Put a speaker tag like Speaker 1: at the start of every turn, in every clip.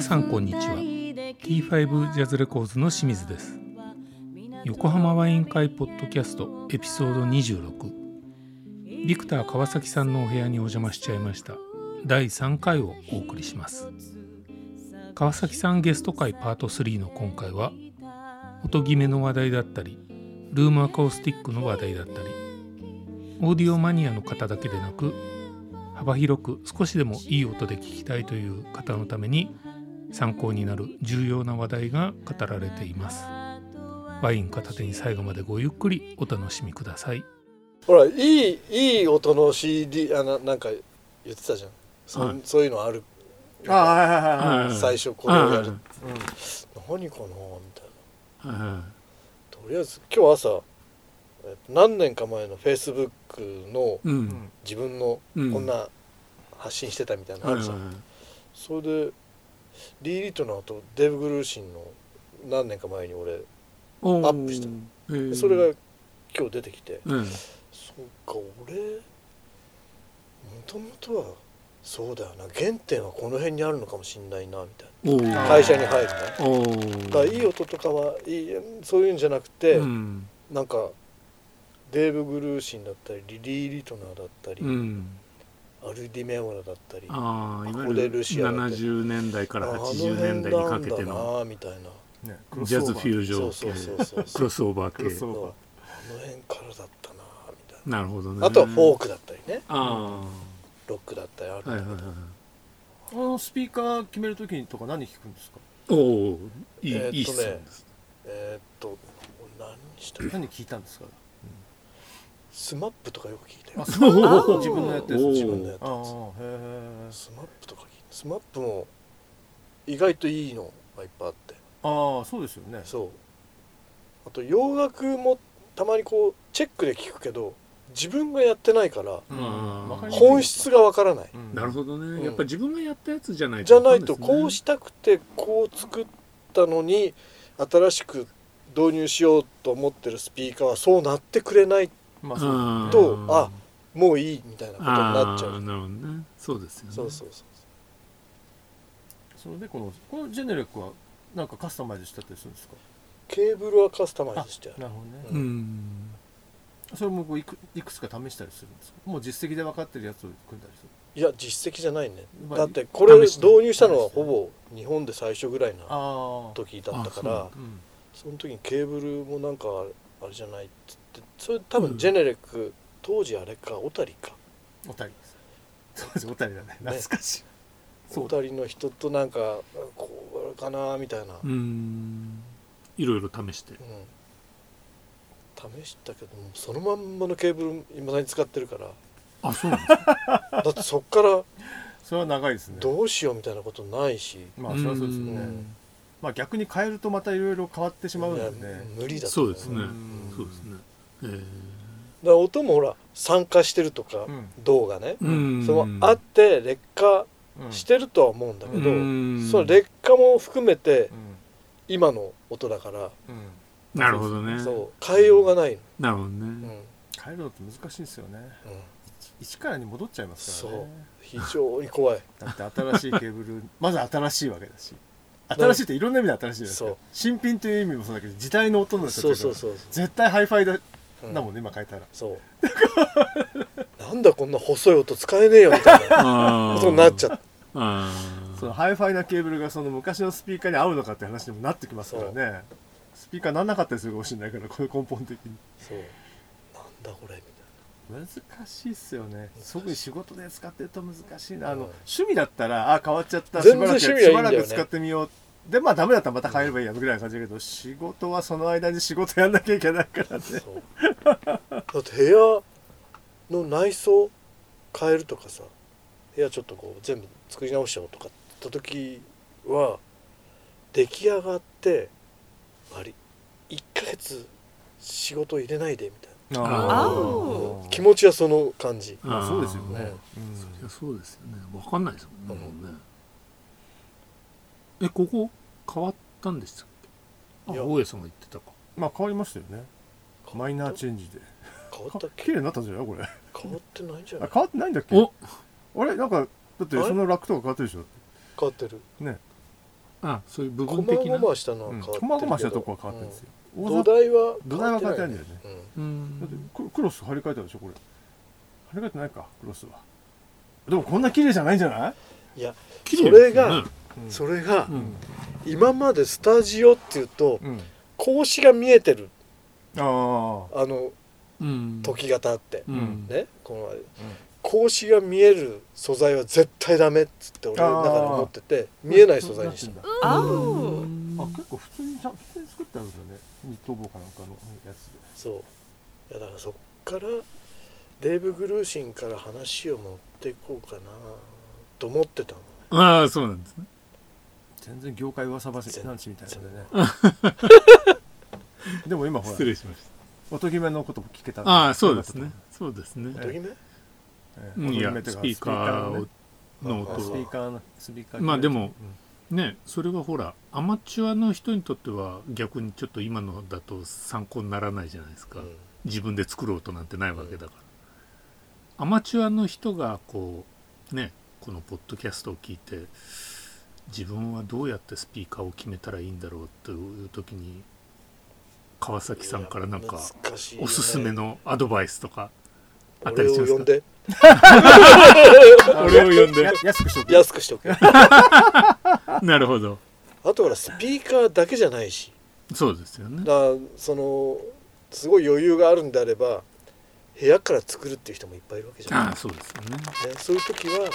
Speaker 1: さんこんにちは T5 ジャズレコーズの清水です横浜ワイン会ポッドキャストエピソード26ビクター川崎さんのお部屋にお邪魔しちゃいました第3回をお送りします川崎さんゲスト会パート3の今回は音決めの話題だったりルームアコースティックの話題だったりオーディオマニアの方だけでなく幅広く少しでもいい音で聞きたいという方のために参考になる重要な話題が語られていますワイン片手に最後までごゆっくりお楽しみください
Speaker 2: ほらいいいい音の CD あななんか言ってたじゃんそ,、
Speaker 1: は
Speaker 2: う
Speaker 1: い
Speaker 2: そういうのある
Speaker 3: あはいはいはいはい、
Speaker 1: うん
Speaker 2: 最初これをやる、
Speaker 1: うん
Speaker 2: 何かなみたいな
Speaker 1: うん
Speaker 2: とりあえず今日朝えっと何年か前のフェイスブックの
Speaker 1: うん
Speaker 2: 自分の
Speaker 1: うん
Speaker 2: こんな発信してたみたいなのあるじゃん、それでリー・リトナーとデーブ・グルーシンの何年か前に俺
Speaker 1: おー
Speaker 2: アップした
Speaker 1: えー
Speaker 2: それが今日出てきて、
Speaker 1: うん
Speaker 2: そっか俺もともとはそうだよな原点はこの辺にあるのかもしんないなみたい
Speaker 1: お
Speaker 2: な
Speaker 1: ー
Speaker 2: 会社に入るね
Speaker 1: お
Speaker 2: だからい
Speaker 1: ー
Speaker 2: い音とかはいいそういうんじゃなくて、
Speaker 1: うん
Speaker 2: なんかデーブ・グルーシンだったりリリー・リトナーだったり、
Speaker 1: うん
Speaker 2: アルディ・メオラだったり
Speaker 1: ああいわ
Speaker 2: ここ
Speaker 1: ゆ
Speaker 2: で
Speaker 1: る
Speaker 2: ルシアだって
Speaker 1: 70年代から80年代にかけて
Speaker 2: あの辺なん
Speaker 1: の
Speaker 2: だなみたいな
Speaker 3: ねクロス
Speaker 1: ジ
Speaker 3: オ
Speaker 1: ャ
Speaker 3: ー
Speaker 1: ズ
Speaker 3: バ
Speaker 1: フュージ
Speaker 2: そう
Speaker 1: ョ
Speaker 2: そう
Speaker 1: ン
Speaker 2: そうそ
Speaker 1: 系
Speaker 2: う
Speaker 1: クロスオーバ
Speaker 3: クロス
Speaker 1: ー
Speaker 3: オ
Speaker 1: 系
Speaker 3: ーバー
Speaker 2: あの辺からだったなみたい
Speaker 1: なるほどね
Speaker 2: なあとはフォークだったりね
Speaker 1: あ
Speaker 2: ロックだったりある
Speaker 1: あはいはいはい
Speaker 3: あのスピーカー決めるときにとか何聞くんですか
Speaker 1: おおいい,、
Speaker 2: えーっとね
Speaker 1: いい質問です
Speaker 2: えーっと俺何したっけ
Speaker 3: 何聞いたんですか
Speaker 2: スマップとかよく聞いてる
Speaker 3: あそう
Speaker 1: おー
Speaker 3: 自分のやったやつ自分
Speaker 2: おー
Speaker 3: のやったやつああへえ
Speaker 2: スマップとか聞いてスマップも意外といいのがいっぱいあって
Speaker 3: ああそうですよね
Speaker 2: そうあと洋楽もたまにこうチェックで聞くけど自分がやってないから
Speaker 3: う
Speaker 1: あー
Speaker 3: んわかりにくい
Speaker 2: 本質がわからない
Speaker 3: うん
Speaker 1: なるほどね、やっぱ自分がやったやつじゃない
Speaker 2: じゃ
Speaker 1: わ
Speaker 2: な
Speaker 1: かん
Speaker 2: いとこう
Speaker 1: です
Speaker 2: したくてこう作ったのに新しく導入しようと思ってるスピーカーはそうなってくれない
Speaker 3: まあそう
Speaker 1: うん
Speaker 3: ですね
Speaker 2: とあもういいみたいなこと
Speaker 1: ね
Speaker 2: になっちゃ
Speaker 1: あー
Speaker 2: う
Speaker 1: なるほどねそうですよね
Speaker 2: そうそうそう
Speaker 3: それでこのこのジェネリックはなんかカスタマイズしたりするんですか
Speaker 2: ケーブルはカスタマイズしてある
Speaker 3: なるほ
Speaker 2: う
Speaker 3: どね
Speaker 2: ん
Speaker 3: それもこういくいくつか試したりするんですかもう実績で分かってるやつを組んだりする
Speaker 2: いや実績じゃないね
Speaker 3: まあ
Speaker 2: だってこれ
Speaker 1: 試し
Speaker 2: 導
Speaker 1: て
Speaker 2: 入したのはほぼ日本で最初ぐらいな
Speaker 3: ああ
Speaker 2: 時だったか
Speaker 1: あ
Speaker 2: ら
Speaker 3: うん
Speaker 2: その時にケーブルもなんかあれあれじゃないっつってそれ多分ジェネレック当時あれか小谷か
Speaker 3: おたりです当時おたりだね懐かしいそ
Speaker 2: 小
Speaker 3: うだ
Speaker 2: 谷の人となんかこうあれかなみたいな
Speaker 1: う、んいろいろ試して
Speaker 2: うん試したけどもそのまんまのケーブル今だに使ってるから
Speaker 1: あそうなんですか
Speaker 2: だってそっから
Speaker 3: それは長いですね
Speaker 2: どうしようみたいなことないし、
Speaker 3: まあそれはそうですよ
Speaker 2: う
Speaker 3: ね
Speaker 2: ん
Speaker 3: まあ逆に変えるとまたいろいろ変わってしまうんだよ
Speaker 2: いや
Speaker 3: ね
Speaker 2: 無理だと
Speaker 1: そ
Speaker 2: 思
Speaker 1: うですね
Speaker 3: うん
Speaker 1: そうですねえ
Speaker 2: だから音もほら酸化してるとか、
Speaker 3: うん
Speaker 2: 銅がね、
Speaker 1: ーうん
Speaker 2: そのあって劣化
Speaker 3: うん
Speaker 2: してるとは思うんだけど、
Speaker 1: うん
Speaker 2: その劣化も含めて
Speaker 3: う
Speaker 2: 今の音だから、
Speaker 3: んうん
Speaker 1: なるほどね
Speaker 2: そう変えようがないの、
Speaker 1: なるほど
Speaker 2: うんう
Speaker 1: ね
Speaker 2: ん
Speaker 3: 変えるのって難しいんですよね一からに戻っちゃいますからね
Speaker 2: 非常に怖い
Speaker 3: だって新しいケーブル まず新しいわけだし新しいっていろんな意味で新しいじゃないです
Speaker 2: そ
Speaker 3: か
Speaker 2: う
Speaker 3: 新品という意味もそうだけど時代の音の
Speaker 2: そうそうそうう
Speaker 3: 絶対ハイファイだ
Speaker 2: そう、うん
Speaker 3: だもんね今変えたら
Speaker 2: そうなんだこんな細い音使えねえよみたいな
Speaker 1: あ
Speaker 2: ことになっちゃった
Speaker 1: あー
Speaker 3: そのハイファイなケーブルがその昔のスピーカーに合うのかって話にもなってきますからねスピーカーなんなかったりするかもしれないからこれ根本的に
Speaker 2: そうなんだこれみたい
Speaker 3: 難しいっすよね
Speaker 2: 難しい
Speaker 3: 特に仕事で使ってると難しいなあの、
Speaker 2: うん
Speaker 3: 趣味だったらあ変わっちゃった
Speaker 2: 全然
Speaker 3: しばらく
Speaker 2: 趣味はいいんだよね
Speaker 3: しばらく使ってみようでまあダメだったらまた変えればいいやぐらいの感じだけど仕事はその間に仕事やんなきゃいけないからね
Speaker 2: なそうだって部屋の内装変えるとかさ部屋ちょっとこう全部作り直しちゃおうとかって言った時は出来上がってあれ1ヶ月仕事入れないでみたい
Speaker 1: あ
Speaker 2: な気持ちはその感じ
Speaker 1: あー
Speaker 3: まあそうですよね、
Speaker 1: いやそうですよねわかんないですもんね,、
Speaker 2: うん
Speaker 1: もうねえここ変わったんでしたっけ
Speaker 2: い
Speaker 1: あ
Speaker 2: や
Speaker 1: 大家さんが言ってたか
Speaker 3: まあ変わりましたよねマイナーチ
Speaker 2: ェ
Speaker 3: ェンジで
Speaker 2: 変わったっ
Speaker 3: 綺
Speaker 2: け
Speaker 3: 麗になったんじゃないこれあ
Speaker 2: 変わってないんじゃない
Speaker 3: 変わってないんだっけ
Speaker 1: お
Speaker 3: あれなんかだってそのラックとか変わってるでしょ
Speaker 2: 変わってる
Speaker 3: ねあそういう部
Speaker 2: 細
Speaker 3: 分的な
Speaker 2: 々したのは変
Speaker 3: うん
Speaker 2: わってるけど、
Speaker 3: 細々したとこは変わってるんですよ、
Speaker 2: うん、
Speaker 3: 大
Speaker 2: 土
Speaker 3: 雑
Speaker 2: 台は
Speaker 3: 土台は変わってないんだよね
Speaker 2: 変わってないうん
Speaker 1: うん
Speaker 3: だってククロス張り替えたでしょこれ張り替えてないかクロスはでもこんな綺麗じゃないんじゃない、
Speaker 2: いや
Speaker 1: 綺
Speaker 2: そ
Speaker 1: 麗
Speaker 2: れ
Speaker 1: ですね
Speaker 2: が、
Speaker 3: うん
Speaker 2: それが
Speaker 1: うん
Speaker 2: 今までスタジオっていうと
Speaker 3: うん、
Speaker 2: 格子が見えてる
Speaker 3: あ
Speaker 2: あの
Speaker 1: うん
Speaker 2: 時型って、
Speaker 1: うん
Speaker 2: ねこのあれ格子が見える素材は絶対ダメっつって俺の中で思ってて
Speaker 3: あ
Speaker 2: 見えない素材にした
Speaker 3: なんて言うんだ
Speaker 4: 青
Speaker 3: あ結構普通にさ普通に作ってあるんだねニット帽かなんかのやつで
Speaker 2: そういやだからそっからデーブ・グルーシンから話を持っていこうかなと思ってたの
Speaker 1: ああそうなんですね
Speaker 3: 全然業界噂話
Speaker 2: 全
Speaker 3: なんちみたいなのでね でも今ほら
Speaker 1: 失礼しました
Speaker 3: おとぎめのことも聞けたんで
Speaker 1: ああそうですねそうですね
Speaker 2: どぎめ
Speaker 3: ええ
Speaker 1: うんいや
Speaker 3: おとぎめってう
Speaker 1: ス
Speaker 3: か
Speaker 1: ピーカーをの
Speaker 2: あ
Speaker 1: 音
Speaker 2: あ
Speaker 3: スピ
Speaker 1: は
Speaker 3: ーカーのスピーカー
Speaker 1: まあでもねそれはほらアマチュアの人にとっては逆にちょっと今のだと参考にならないじゃないですか、
Speaker 2: うん
Speaker 1: 自分で作る音なんてないわけだから、アマチュアの人がこうねこのポッドキャストを聞いて自分はどうやってスピーカーを決めたらいいんだろうという時に川崎さんからなんか
Speaker 2: いや難しいよね
Speaker 1: おすすめのアドバイスとかあった
Speaker 2: 俺
Speaker 1: りし
Speaker 2: を
Speaker 1: ますか
Speaker 2: 呼んで
Speaker 3: 俺
Speaker 1: を呼んで
Speaker 3: 安くしとく
Speaker 2: 安くし とくあ
Speaker 1: なるほど
Speaker 2: とほらスピーカーだけじゃないし
Speaker 1: そうですよね
Speaker 2: だからそのすごい余裕があるんであれば部屋から作るっていう人もいっぱいいるわけじゃない
Speaker 1: ああそうですよね
Speaker 2: ね、そういう時は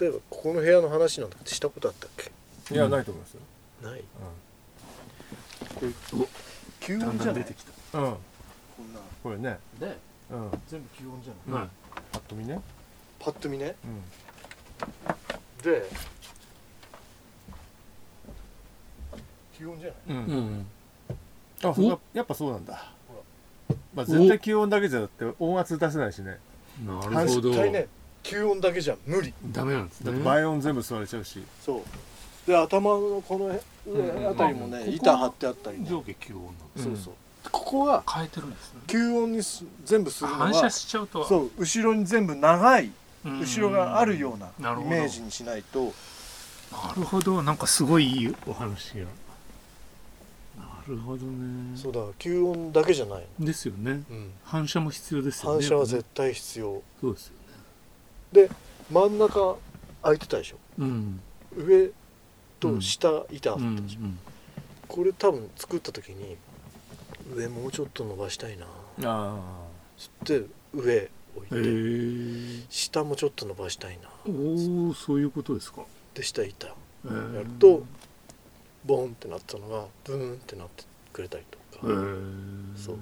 Speaker 2: 例えばここの部屋の話なんてしたことあったっけ
Speaker 3: いやないと思いますよ
Speaker 2: ない
Speaker 5: 吸
Speaker 1: だん
Speaker 5: 音じゃ
Speaker 1: だん
Speaker 5: な
Speaker 1: 出
Speaker 5: い
Speaker 1: てきた
Speaker 3: うん、うん、
Speaker 5: こんな
Speaker 3: これね
Speaker 5: で
Speaker 3: うん
Speaker 5: 全部吸音じゃない
Speaker 1: まあ
Speaker 3: ぱっと見ね
Speaker 2: パッと見ね
Speaker 3: うん
Speaker 2: で
Speaker 5: 吸音じゃない
Speaker 1: うん
Speaker 3: あそれはやっぱそうなんだまあ絶対吸音だけじゃだって音圧出せないしね
Speaker 1: なるほど
Speaker 2: 絶対ね吸音だけじゃ無理
Speaker 1: ダメなんです
Speaker 3: だ
Speaker 1: ね
Speaker 3: って倍音全部吸われちゃうし
Speaker 2: そうで頭のこの上あたりもね、
Speaker 1: うんうん
Speaker 2: 板張ってあったりね、
Speaker 1: 上下吸音の
Speaker 2: そうそうここは
Speaker 1: 変えてるんですね
Speaker 2: 吸音にす全部するの
Speaker 1: 反射
Speaker 2: は
Speaker 1: しちゃうとは
Speaker 2: そう後ろに全部長い
Speaker 1: うん
Speaker 2: 後ろがあるような
Speaker 1: なる
Speaker 2: イ
Speaker 1: ほど
Speaker 2: メージにしないと
Speaker 1: なるほどなんかすごいいいお話がなるほどね
Speaker 2: そうだ吸音だけじゃない、
Speaker 1: ですよね
Speaker 2: うん、
Speaker 1: 反射も必要ですよね
Speaker 2: 反射は
Speaker 1: やっ
Speaker 2: 絶
Speaker 1: ぱね
Speaker 2: 対必要
Speaker 1: そうですよね
Speaker 2: で真ん中空いてたでしょ
Speaker 1: うん
Speaker 2: 上と下板あっ
Speaker 1: う
Speaker 2: たでしょ、
Speaker 1: ん
Speaker 2: これ多分作った時に上もうちょっと伸ばしたいな
Speaker 3: あ
Speaker 2: つって上置いて、
Speaker 1: うんへえ
Speaker 2: 下もちょっと伸ばしたいな
Speaker 1: おおそういうことですか
Speaker 2: で下板や
Speaker 1: や
Speaker 2: るとボンってなったのがブーンってなってくれたりとか、そう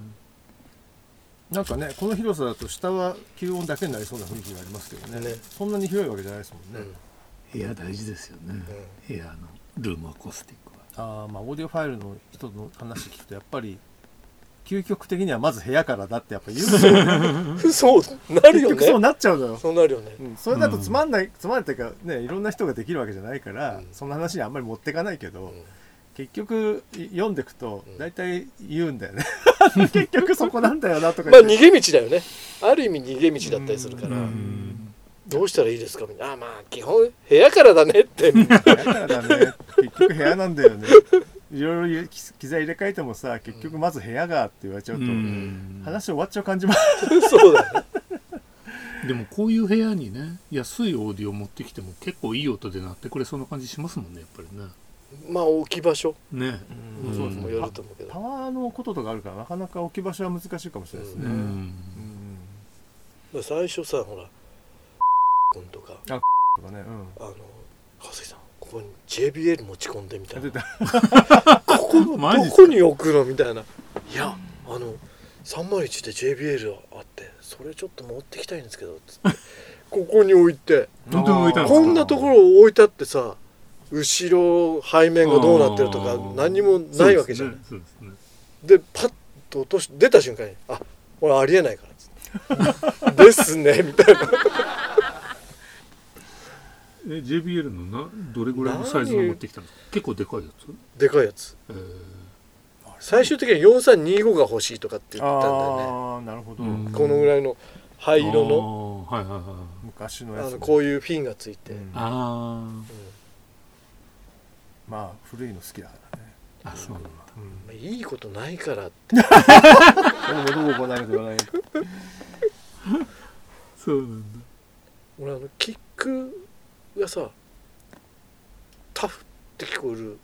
Speaker 3: あなんかねこの広さだと下は吸音だけになりそうな雰囲気がありますけどね
Speaker 2: ね
Speaker 3: そんなに広いわけじゃないです
Speaker 2: う
Speaker 3: も
Speaker 2: ん
Speaker 3: ん
Speaker 2: う
Speaker 3: ね
Speaker 2: ん、
Speaker 1: 部屋大事ですよね部屋のルームアコースティックは
Speaker 3: ああまあオーディオファイルの人の話聞くとやっぱり究極的にはまず部屋からだってやっぱ言うのよ
Speaker 2: そうなる
Speaker 3: 結
Speaker 2: よね
Speaker 3: 局そうなっちゃうのよ、
Speaker 2: そうなるよね、
Speaker 3: うん、それだとつまんない、つまんないっていうかねいろんな人ができるわけじゃないから、
Speaker 2: うん
Speaker 3: その話にあんまり持ってかないけど、
Speaker 2: うん
Speaker 3: 結局い読んでくと
Speaker 2: うん
Speaker 3: 大体言うんだよね結局そこなんだよなとか
Speaker 2: まあ
Speaker 3: 言って
Speaker 2: 逃げ道だよねある意味逃げ道だったりするから、
Speaker 1: うん
Speaker 2: どうしたらいいですかみたいなあまあ基本部屋からだねって
Speaker 3: だからだね結局部屋なんだよねいろいろ言う機機材入れ替えてもさ結局まず部屋がって言われちゃうと、
Speaker 1: うん
Speaker 3: 話終わっちゃう感じもある
Speaker 2: そうだよね
Speaker 1: でもこういう部屋にね安いオーディオ持ってきても結構いい音で鳴ってくれそうな感じしますもんねやっぱ
Speaker 2: まあ置き場所
Speaker 1: りねね
Speaker 2: に
Speaker 1: そうですね
Speaker 2: もよると思うけ
Speaker 3: タ
Speaker 2: ど、
Speaker 3: ワーのこととかあるからなかなか置き場所は難しいかもしれないですね、
Speaker 1: う
Speaker 3: うん
Speaker 1: ん
Speaker 2: 最初さほら君とか
Speaker 3: とかね、うん
Speaker 2: あの川崎さんここに JBL 持ち込んでみたい
Speaker 3: 出
Speaker 2: な
Speaker 3: てた
Speaker 2: ここの
Speaker 1: マジっす
Speaker 2: ど
Speaker 1: か
Speaker 2: こに置くのみたいないやあの301で JBL あってそれちょっと持ってきたいんですけどつってここに置いて
Speaker 1: 本当に置いたんですか
Speaker 2: こんなところを置いたってさ後ろ背面がどうなってると
Speaker 1: あ
Speaker 2: か
Speaker 1: ー
Speaker 2: 何もないわけじゃない
Speaker 1: そうですね
Speaker 2: でパッと落とし出た瞬間に「あこれありえないからっつって」 ですね」みたいな
Speaker 1: そうですねえ JBL のなどれぐらいのサイズの持ってきたんですか結構でかいやつ、
Speaker 2: でかいやつ
Speaker 1: えー
Speaker 2: 最終的には4325が欲しいとかって言ったんだよね
Speaker 3: ああなるほど、
Speaker 1: うん
Speaker 2: このぐらいの灰色の
Speaker 1: のはいはいはいはい
Speaker 3: 昔のや
Speaker 2: あ
Speaker 3: つ、
Speaker 2: のこ
Speaker 3: いう
Speaker 2: いうフィンがついて、
Speaker 3: うん
Speaker 1: あ
Speaker 3: まあ古いの好きだからね
Speaker 1: あそうなんだ
Speaker 2: まあいいことないからって
Speaker 3: うんどうもどうもこうなるとかない
Speaker 1: そうなんだ
Speaker 2: 俺あのキックがさタフって聞こえる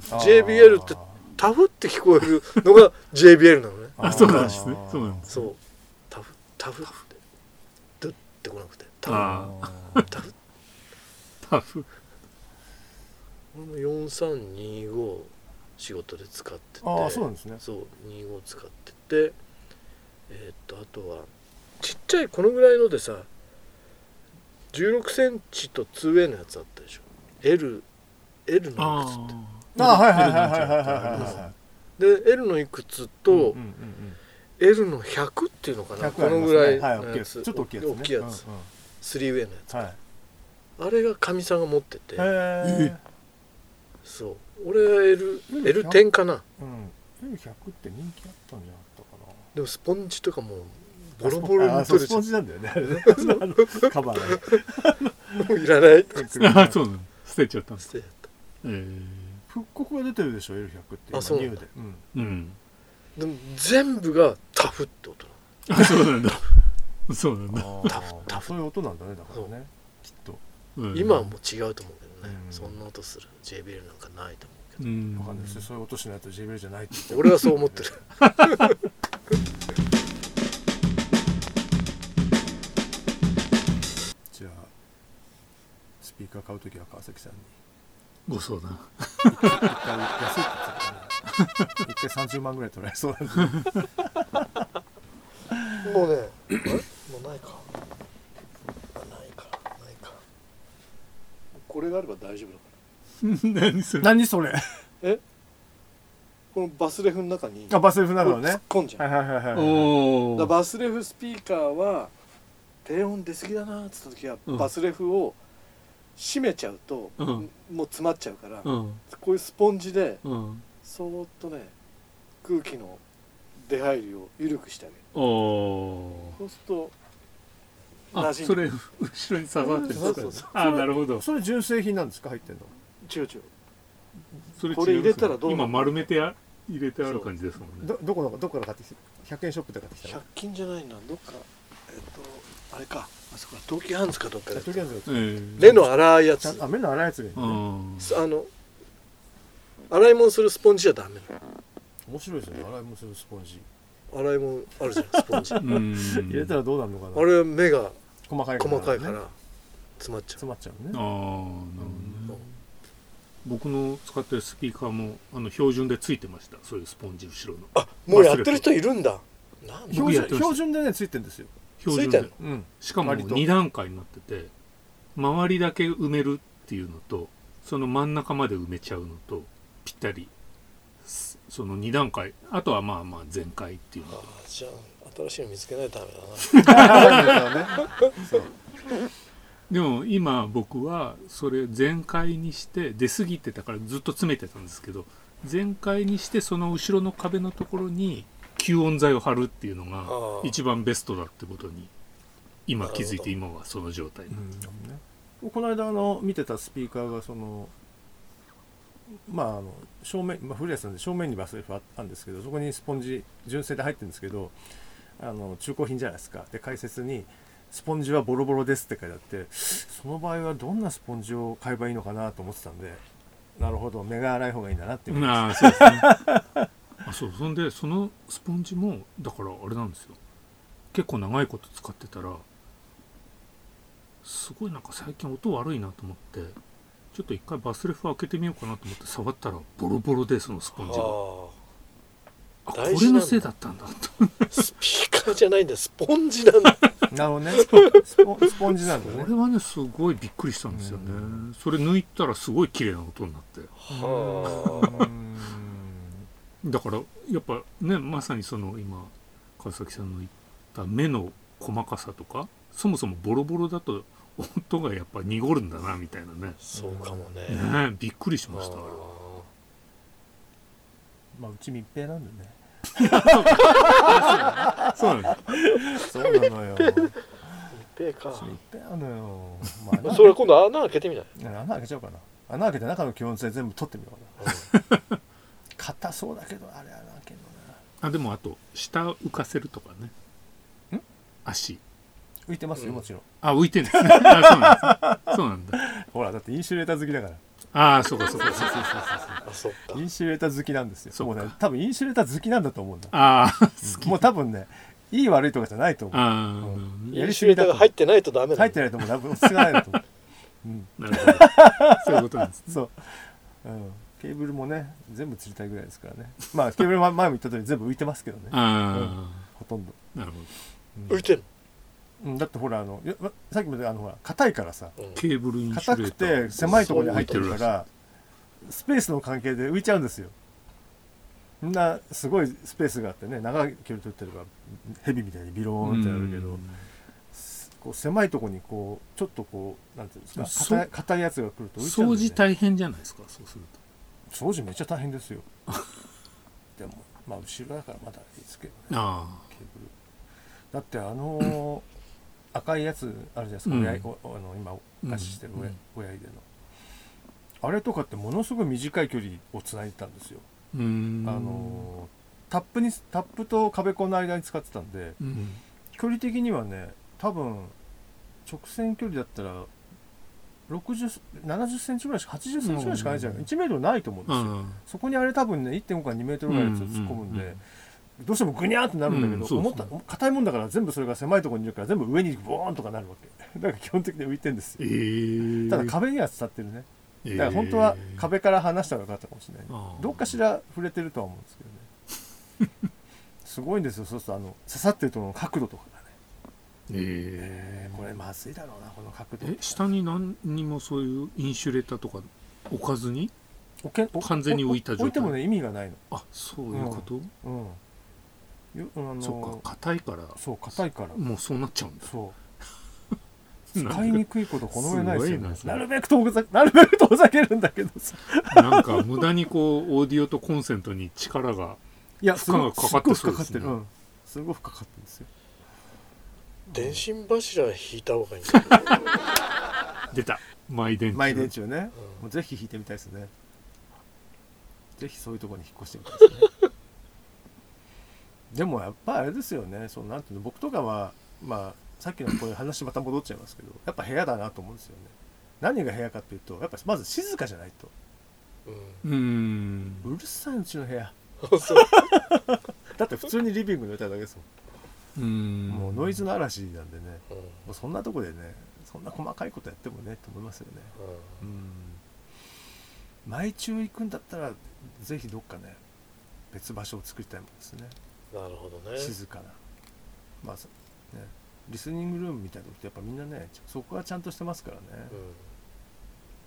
Speaker 2: JBL ってタフって聞こえるのが JBL なのね
Speaker 1: あそうなんですねそうなんです
Speaker 2: そうタフタフってドゥってこなくてタ
Speaker 1: あ
Speaker 2: フタフ
Speaker 1: タフ
Speaker 2: 俺も4325仕事で使ってて
Speaker 3: あーあーそうなんですね
Speaker 2: そう25使っててえーっとあとはちっちゃいこのぐらいのでさ16センチと 2A のやつあったでしょ L, L のいくつっ
Speaker 1: あ
Speaker 3: ああはいはいはいはいはいはいはい
Speaker 2: てで L のいくつと、
Speaker 3: うんうんうん、
Speaker 2: L の100っていうのかな、
Speaker 3: 100
Speaker 2: この
Speaker 3: ありますね
Speaker 2: ぐらい
Speaker 3: はい、
Speaker 2: の
Speaker 3: 大きい
Speaker 2: や
Speaker 3: や
Speaker 2: つ、
Speaker 3: つちょっと大きいやつ、ね、
Speaker 2: 大きいやつ、
Speaker 3: うんうん
Speaker 2: 3ウェイのやつ
Speaker 3: はい
Speaker 2: あれがかみさんが持ってて、
Speaker 3: へえ
Speaker 2: そう俺は L,
Speaker 3: L100
Speaker 2: L 点かな
Speaker 3: うん、L100 って人気あったんじゃなかったかな
Speaker 2: でもスポンジとかもうボロボロ
Speaker 3: あ
Speaker 2: に
Speaker 3: そう
Speaker 2: 取れ
Speaker 3: ス
Speaker 2: ちゃ
Speaker 3: ポ
Speaker 2: っ
Speaker 3: ンジなん だよねあれねあのカバーが
Speaker 2: てもういらない って
Speaker 1: ーあそうなんだ捨てちゃったんです
Speaker 2: 言って
Speaker 1: え
Speaker 3: 復刻が出てるでしょ L100 って
Speaker 2: あそう
Speaker 3: 今ニューで、うん、
Speaker 1: えうん
Speaker 2: でも全部がタフってことな
Speaker 1: あそうなんだ そうなんだ、
Speaker 3: あー
Speaker 2: タフタフ
Speaker 3: そういう音なんだねだからねきっと
Speaker 1: うん、
Speaker 2: 今はもう違うと思うけどね、
Speaker 3: うん
Speaker 2: そんな音する JBL なんかないと思うけ
Speaker 1: う
Speaker 2: ど、
Speaker 1: ん
Speaker 3: わかんないですよそういう音しないと JBL じゃないって言って
Speaker 2: 俺はそう思ってる
Speaker 3: じゃあスピーカー買うときは川崎さんに
Speaker 1: ご相談
Speaker 3: 一回安いって言ってたからね一回30万ぐらい取られそうなんで
Speaker 2: もうねあれもうないかあないかないかこれがあれば大丈夫だか ら
Speaker 1: 何それ
Speaker 3: 何それ
Speaker 2: このバスレフの中に
Speaker 3: あバスレフなの
Speaker 2: こう突
Speaker 3: ね
Speaker 2: っ込んじゃう
Speaker 3: はいはいはいはい
Speaker 1: お
Speaker 2: だから
Speaker 1: お
Speaker 2: バスレフスピーカーは低音出過ぎだなっつった時は、
Speaker 1: うん
Speaker 2: バスレフを閉めちゃうと、
Speaker 1: うん
Speaker 2: もう詰まっちゃうから、
Speaker 1: うん
Speaker 2: こういうスポンジで
Speaker 1: うん
Speaker 2: そーっとね空気の出入りを緩くしてあげる
Speaker 1: おお
Speaker 2: そうすると
Speaker 1: あ
Speaker 2: 馴染ん
Speaker 1: それ後ろに刺さってるんで
Speaker 2: そう
Speaker 1: す
Speaker 2: そう
Speaker 1: かあなるほど
Speaker 3: それ純正品なんですか入ってんの
Speaker 2: 違う違う
Speaker 1: それ
Speaker 2: これ
Speaker 1: 違
Speaker 2: 入
Speaker 1: んで
Speaker 2: れ
Speaker 1: す
Speaker 2: たらどうなる
Speaker 1: 今丸めてや入れてある感じですもんね
Speaker 3: どどこのどこから買ってきて100円ショップで買ってきた
Speaker 2: 100
Speaker 3: の
Speaker 2: 均じゃないなどっかえっとあれかあそこは東急ハンズかどっかで
Speaker 3: とりあえず
Speaker 1: ええ
Speaker 2: レの粗いや
Speaker 3: ちゃ
Speaker 2: つ
Speaker 3: んあ目の粗いやつがいいね
Speaker 1: うん
Speaker 2: あの洗い物するスポンジじゃダメな
Speaker 3: 面白いですね洗い物するスポンジ
Speaker 2: の洗い物あるじゃんスポンジあ
Speaker 1: うん
Speaker 3: 入れたらどうなるのかな
Speaker 2: れは目が
Speaker 3: 細かい
Speaker 2: 細かいか
Speaker 3: ね
Speaker 2: ら詰まっちゃう
Speaker 3: 詰まっちゃう
Speaker 1: ああなる
Speaker 3: ね
Speaker 1: ほ
Speaker 2: そ
Speaker 1: ど
Speaker 2: う
Speaker 1: ね僕の使ってるスピーカーもあの標準でついてましたそういうスポンジ後ろの
Speaker 2: あもうやってる人いるんだなんだ
Speaker 1: 僕
Speaker 3: 標
Speaker 1: やっ
Speaker 3: 準
Speaker 1: てました
Speaker 3: 標準でねついてんですよ
Speaker 1: 標準
Speaker 2: つい
Speaker 1: で
Speaker 2: て
Speaker 3: うん
Speaker 1: しかも
Speaker 3: 割と
Speaker 1: 2段階になってて周りだけ埋めるっていうのとその真ん中まで埋めちゃうのとぴったりすその2段階あとはまあまあ全開っていうの
Speaker 2: あ
Speaker 1: と
Speaker 2: じゃあ新しいの見つけないとダメだ
Speaker 1: でも今僕はそれ全開にして出過ぎてたからずっと詰めてたんですけど全開にしてその後ろの壁のところに吸音材を貼るっていうの
Speaker 2: あ
Speaker 1: が
Speaker 2: ー
Speaker 1: 一番ベストだってことに今気づいて今はその状態
Speaker 3: うんねこの間あの見てたスピーカーがそのまああの正面、まあ、古谷さんで正面にバスレフあったんですけどそこにスポンジ純正で入ってるんですけどあの中古品じゃないですかで解説に「スポンジはボロボロです」って書いてあってその場合はどんなスポンジを買えばいいのかなと思ってたんでなるほど目が粗い方がいいんだなって思い
Speaker 1: あ
Speaker 3: ま
Speaker 1: あそうですねあそうそんでそのスポンジもだからあれなんですよ結構長いこと使ってたらすごいなんか最近音悪いなと思ってちょっと一回バスレフ開けてみようかなと思って触ったらボロボロでそのスポンジが
Speaker 2: な
Speaker 1: あこ
Speaker 2: 大事
Speaker 1: れ
Speaker 2: なんだ
Speaker 1: のせいだったんだと
Speaker 2: あスピーカーじゃないんだスポンジなんだ
Speaker 3: すなるほどねスポスポスポンジなんだ
Speaker 1: こ
Speaker 3: ね
Speaker 1: れはねすごいびっくりしたんですよね、
Speaker 3: うん
Speaker 1: それ抜いたらすごい綺麗な音になって
Speaker 2: は
Speaker 3: うん
Speaker 1: だからやっぱねまさにその今川崎さんの言った目の細かさとかそもそもボロボロだと音がやっぱ濁るんだなみたいなね
Speaker 2: そうかもね
Speaker 1: ねえびっくりし
Speaker 2: あ
Speaker 1: ましたあれは
Speaker 3: まあうち密閉なんでね
Speaker 1: そうなんです
Speaker 3: そうなのよ。
Speaker 2: ー密閉か
Speaker 3: そういっぺんあのよ。まあ、
Speaker 2: それ今度穴開けてみない
Speaker 3: 穴開けちゃおうかな。穴開けて中の気温性全部取ってみようかな硬そうだけどあれ穴開けるのな
Speaker 1: あでもあと下浮かせるとかね
Speaker 3: ん
Speaker 1: 足
Speaker 3: 浮いてますよ
Speaker 2: うん
Speaker 3: もちろん、
Speaker 1: あ浮いてるんですねあそうなんですねそうなんだ
Speaker 3: ほらだってインシュレーター好きだから
Speaker 1: ああそうかそうかそうか
Speaker 2: あそっか
Speaker 3: インシュレーター好きなんですよ
Speaker 1: そっか
Speaker 3: もうね多分インシュレーター好きなんだと思うんだ
Speaker 1: ああ好き
Speaker 3: もう多分ねいい悪いとかじゃないと思う
Speaker 1: ああ
Speaker 2: インシュレーターが入ってないとダメだ
Speaker 3: 入ってないともう多分落ち着かないだと思う、うん
Speaker 1: なるほどそういうことなんです
Speaker 3: そう、うん、ケーブルもね全部釣りたいぐらいですからねまあケーブルは前も言った通り全部浮いてますけどね
Speaker 1: あ
Speaker 3: ほとんど、
Speaker 1: あなるほど
Speaker 2: 浮いてる
Speaker 3: うん、だってほらあのよさっきも言ったあのほら硬いからさ
Speaker 2: うん
Speaker 1: ケーブルインシ
Speaker 3: 硬
Speaker 1: ュレー
Speaker 3: く
Speaker 1: ター
Speaker 3: て狭いところに入ってるからスペースの関係で浮いちゃうんですよみんなすごいスペースがあってね長い距離取ってるからヘビみたいにビローンってなるけど、
Speaker 1: うん
Speaker 3: こう狭いところにこうちょっとこうなんていうんですか
Speaker 1: そう
Speaker 3: 硬い硬いやつが来ると浮いちゃうん
Speaker 1: 掃
Speaker 3: です
Speaker 1: 除
Speaker 3: ね
Speaker 1: 大変じゃないですかそうすると
Speaker 3: 掃除めっちゃ大 変ですよでもまあ後ろだからまだいいですけどね
Speaker 1: あ
Speaker 3: ケーブルだってあの ー赤いやつあるじゃないですか、
Speaker 1: うん
Speaker 3: 親おあの今お貸ししてる親,、
Speaker 1: うん
Speaker 3: 親指のあれとかってものすごい短い距離をつないでたんですよ、
Speaker 1: あうん
Speaker 3: あのータップにタップと壁コンの間に使ってたんで
Speaker 1: うん
Speaker 3: 距離的にはね多分直線距離だったら60 70センチぐらいしか80センチぐらいしかないじゃない、
Speaker 1: うん
Speaker 3: 1メートルないと思うんですよ、
Speaker 1: あ
Speaker 3: そこにあれ多分ね1.5から2メートルぐらいのやつを突っ込むんで、
Speaker 1: うんうん
Speaker 3: どうしてもグニャーってなるんだけ
Speaker 1: うん
Speaker 3: ど、
Speaker 1: そう
Speaker 3: 思っ
Speaker 1: そ
Speaker 3: た
Speaker 1: う
Speaker 3: 硬いもんだから全部それが狭いところにいるから全部上にボーンとかなるわけだから基本的に浮いてんです
Speaker 1: え
Speaker 3: よ
Speaker 1: ー
Speaker 3: ただ壁には伝ってるね
Speaker 1: え
Speaker 3: だ
Speaker 1: ー
Speaker 3: から本当は壁から離したらよかったかもしれない、
Speaker 1: あー
Speaker 3: どっかしら触れてるとは思うんですけどね すごいんですよそうするとあの刺さってるところの角度とかがね、
Speaker 1: えー
Speaker 3: これまずいだろうなこの角度
Speaker 1: え下に何にもそういうインシュレーターとか置かずに
Speaker 3: おけお
Speaker 1: 完全に浮いた状態
Speaker 3: 置いてもね意味がない
Speaker 1: あそういうこと、
Speaker 3: のうんよあの
Speaker 1: そうか硬いから
Speaker 3: そう硬いから
Speaker 1: もうそうなっちゃうんだ
Speaker 3: そう
Speaker 1: なんか
Speaker 3: 使いにくいことこの上ないですよ、ね、
Speaker 1: すごいな
Speaker 3: なるべく遠ざなるべく遠ざけ るんだけどさ
Speaker 1: なんか無駄にこうオーディオとコンセントに力が
Speaker 3: いや
Speaker 1: 負荷がかかってそうですね
Speaker 3: すごい深かってる、うん、すごい深かってるんですよ
Speaker 2: 電信柱引いた方がいいんだけど
Speaker 1: 出 た毎電
Speaker 3: マイ電柱ね、
Speaker 2: うん
Speaker 3: もうぜひ引いてみたいですねぜひそういうところに引っ越してみたいですね でもやっぱあれですよねそうなんていうの僕とかはまあさっきのこういう話また戻っちゃいますけどやっぱ部屋だなと思うんですよね何が部屋かっていうとやっぱまず静かじゃないと
Speaker 2: う
Speaker 1: うーん
Speaker 3: うるさいうちの部屋
Speaker 2: んそう
Speaker 3: だって普通にリビングに置いただけですもん
Speaker 1: うーん
Speaker 3: もうノイズの嵐なんでね、
Speaker 2: うんうん
Speaker 3: もうそんなとこでね、そんな細かいことやってもねと思いますよね。うん。毎中行くんだったら、ぜひどっかね、別場所を作りたいもんですね。
Speaker 2: なるほどね
Speaker 3: 静かな。まあ、そね、リスニングルームみたいなとこってやっぱみんなね、ちょそこはちゃんとしてますからね。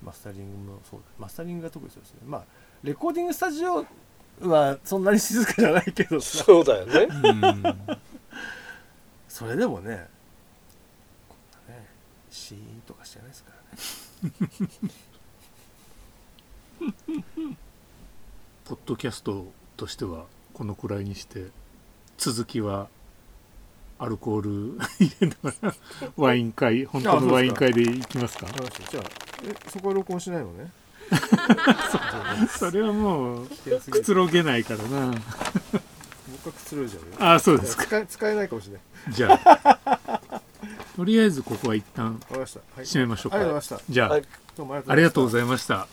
Speaker 2: う
Speaker 3: マスタリングもそうだ。マスタリングが特にそうですね。まあ、レコーディングスタジオはそんなに静かじゃないけど
Speaker 2: ん
Speaker 3: さ。
Speaker 2: そうだよね
Speaker 1: うーん
Speaker 3: それでもねこんなねシーンとかしてないですからね
Speaker 1: ポッドキャストとしてはこのくらいにして続きはアルコール入れながらワイン会 本当のワイン会でいきますか
Speaker 3: じゃあえそこは録音しないのね
Speaker 1: それはもう
Speaker 3: 危険すぎ
Speaker 1: く
Speaker 3: る
Speaker 1: つろげないからな
Speaker 3: 僕はくつろいじゃうよ
Speaker 1: ああそうですか
Speaker 3: 使え使えないかもしれない
Speaker 1: じゃあとりあえずここは一旦
Speaker 3: わかりました、はい、
Speaker 1: 締めましょうか
Speaker 3: ありがとうございまし
Speaker 1: じゃあ、
Speaker 2: はい
Speaker 3: たどうも
Speaker 1: ありがとうご
Speaker 3: い
Speaker 1: ざいました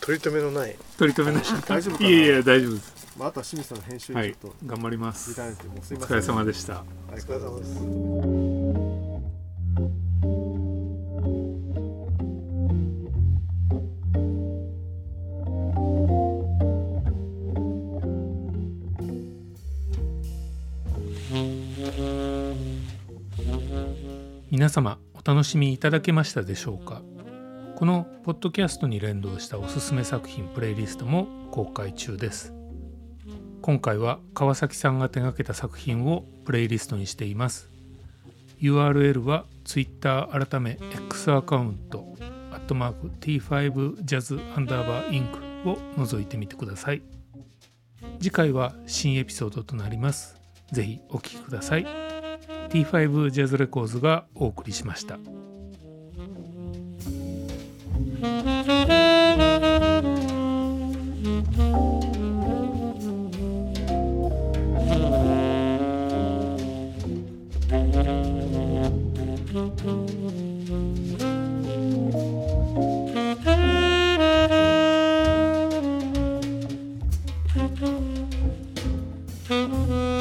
Speaker 2: 取り留めのない
Speaker 1: 取り留めなしだった
Speaker 3: 大丈夫かない
Speaker 1: やいや 大丈夫です
Speaker 3: ました、まあ、あとは清水さんの編集に
Speaker 1: は
Speaker 3: ちょ
Speaker 1: い
Speaker 3: っと
Speaker 1: 頑張ります
Speaker 3: 委ねて、もうすい
Speaker 1: お
Speaker 3: ませ
Speaker 1: 疲
Speaker 3: ん
Speaker 1: れ様でした
Speaker 3: お
Speaker 2: お
Speaker 3: 疲
Speaker 2: 疲れ様です
Speaker 1: 皆様お楽しみいただけましたでしょうかこのポッドキャストに連動したおすすめ作品プレイリストも公開中です今回は川崎さんが手掛けた作品をプレイリストにしています URL は Twitter 改め X アカウント T5Jazz_Inc を覗いてみてください次回は新エピソードとなりますぜひお聴きください T5 ジャズレコーズがお送りしました。した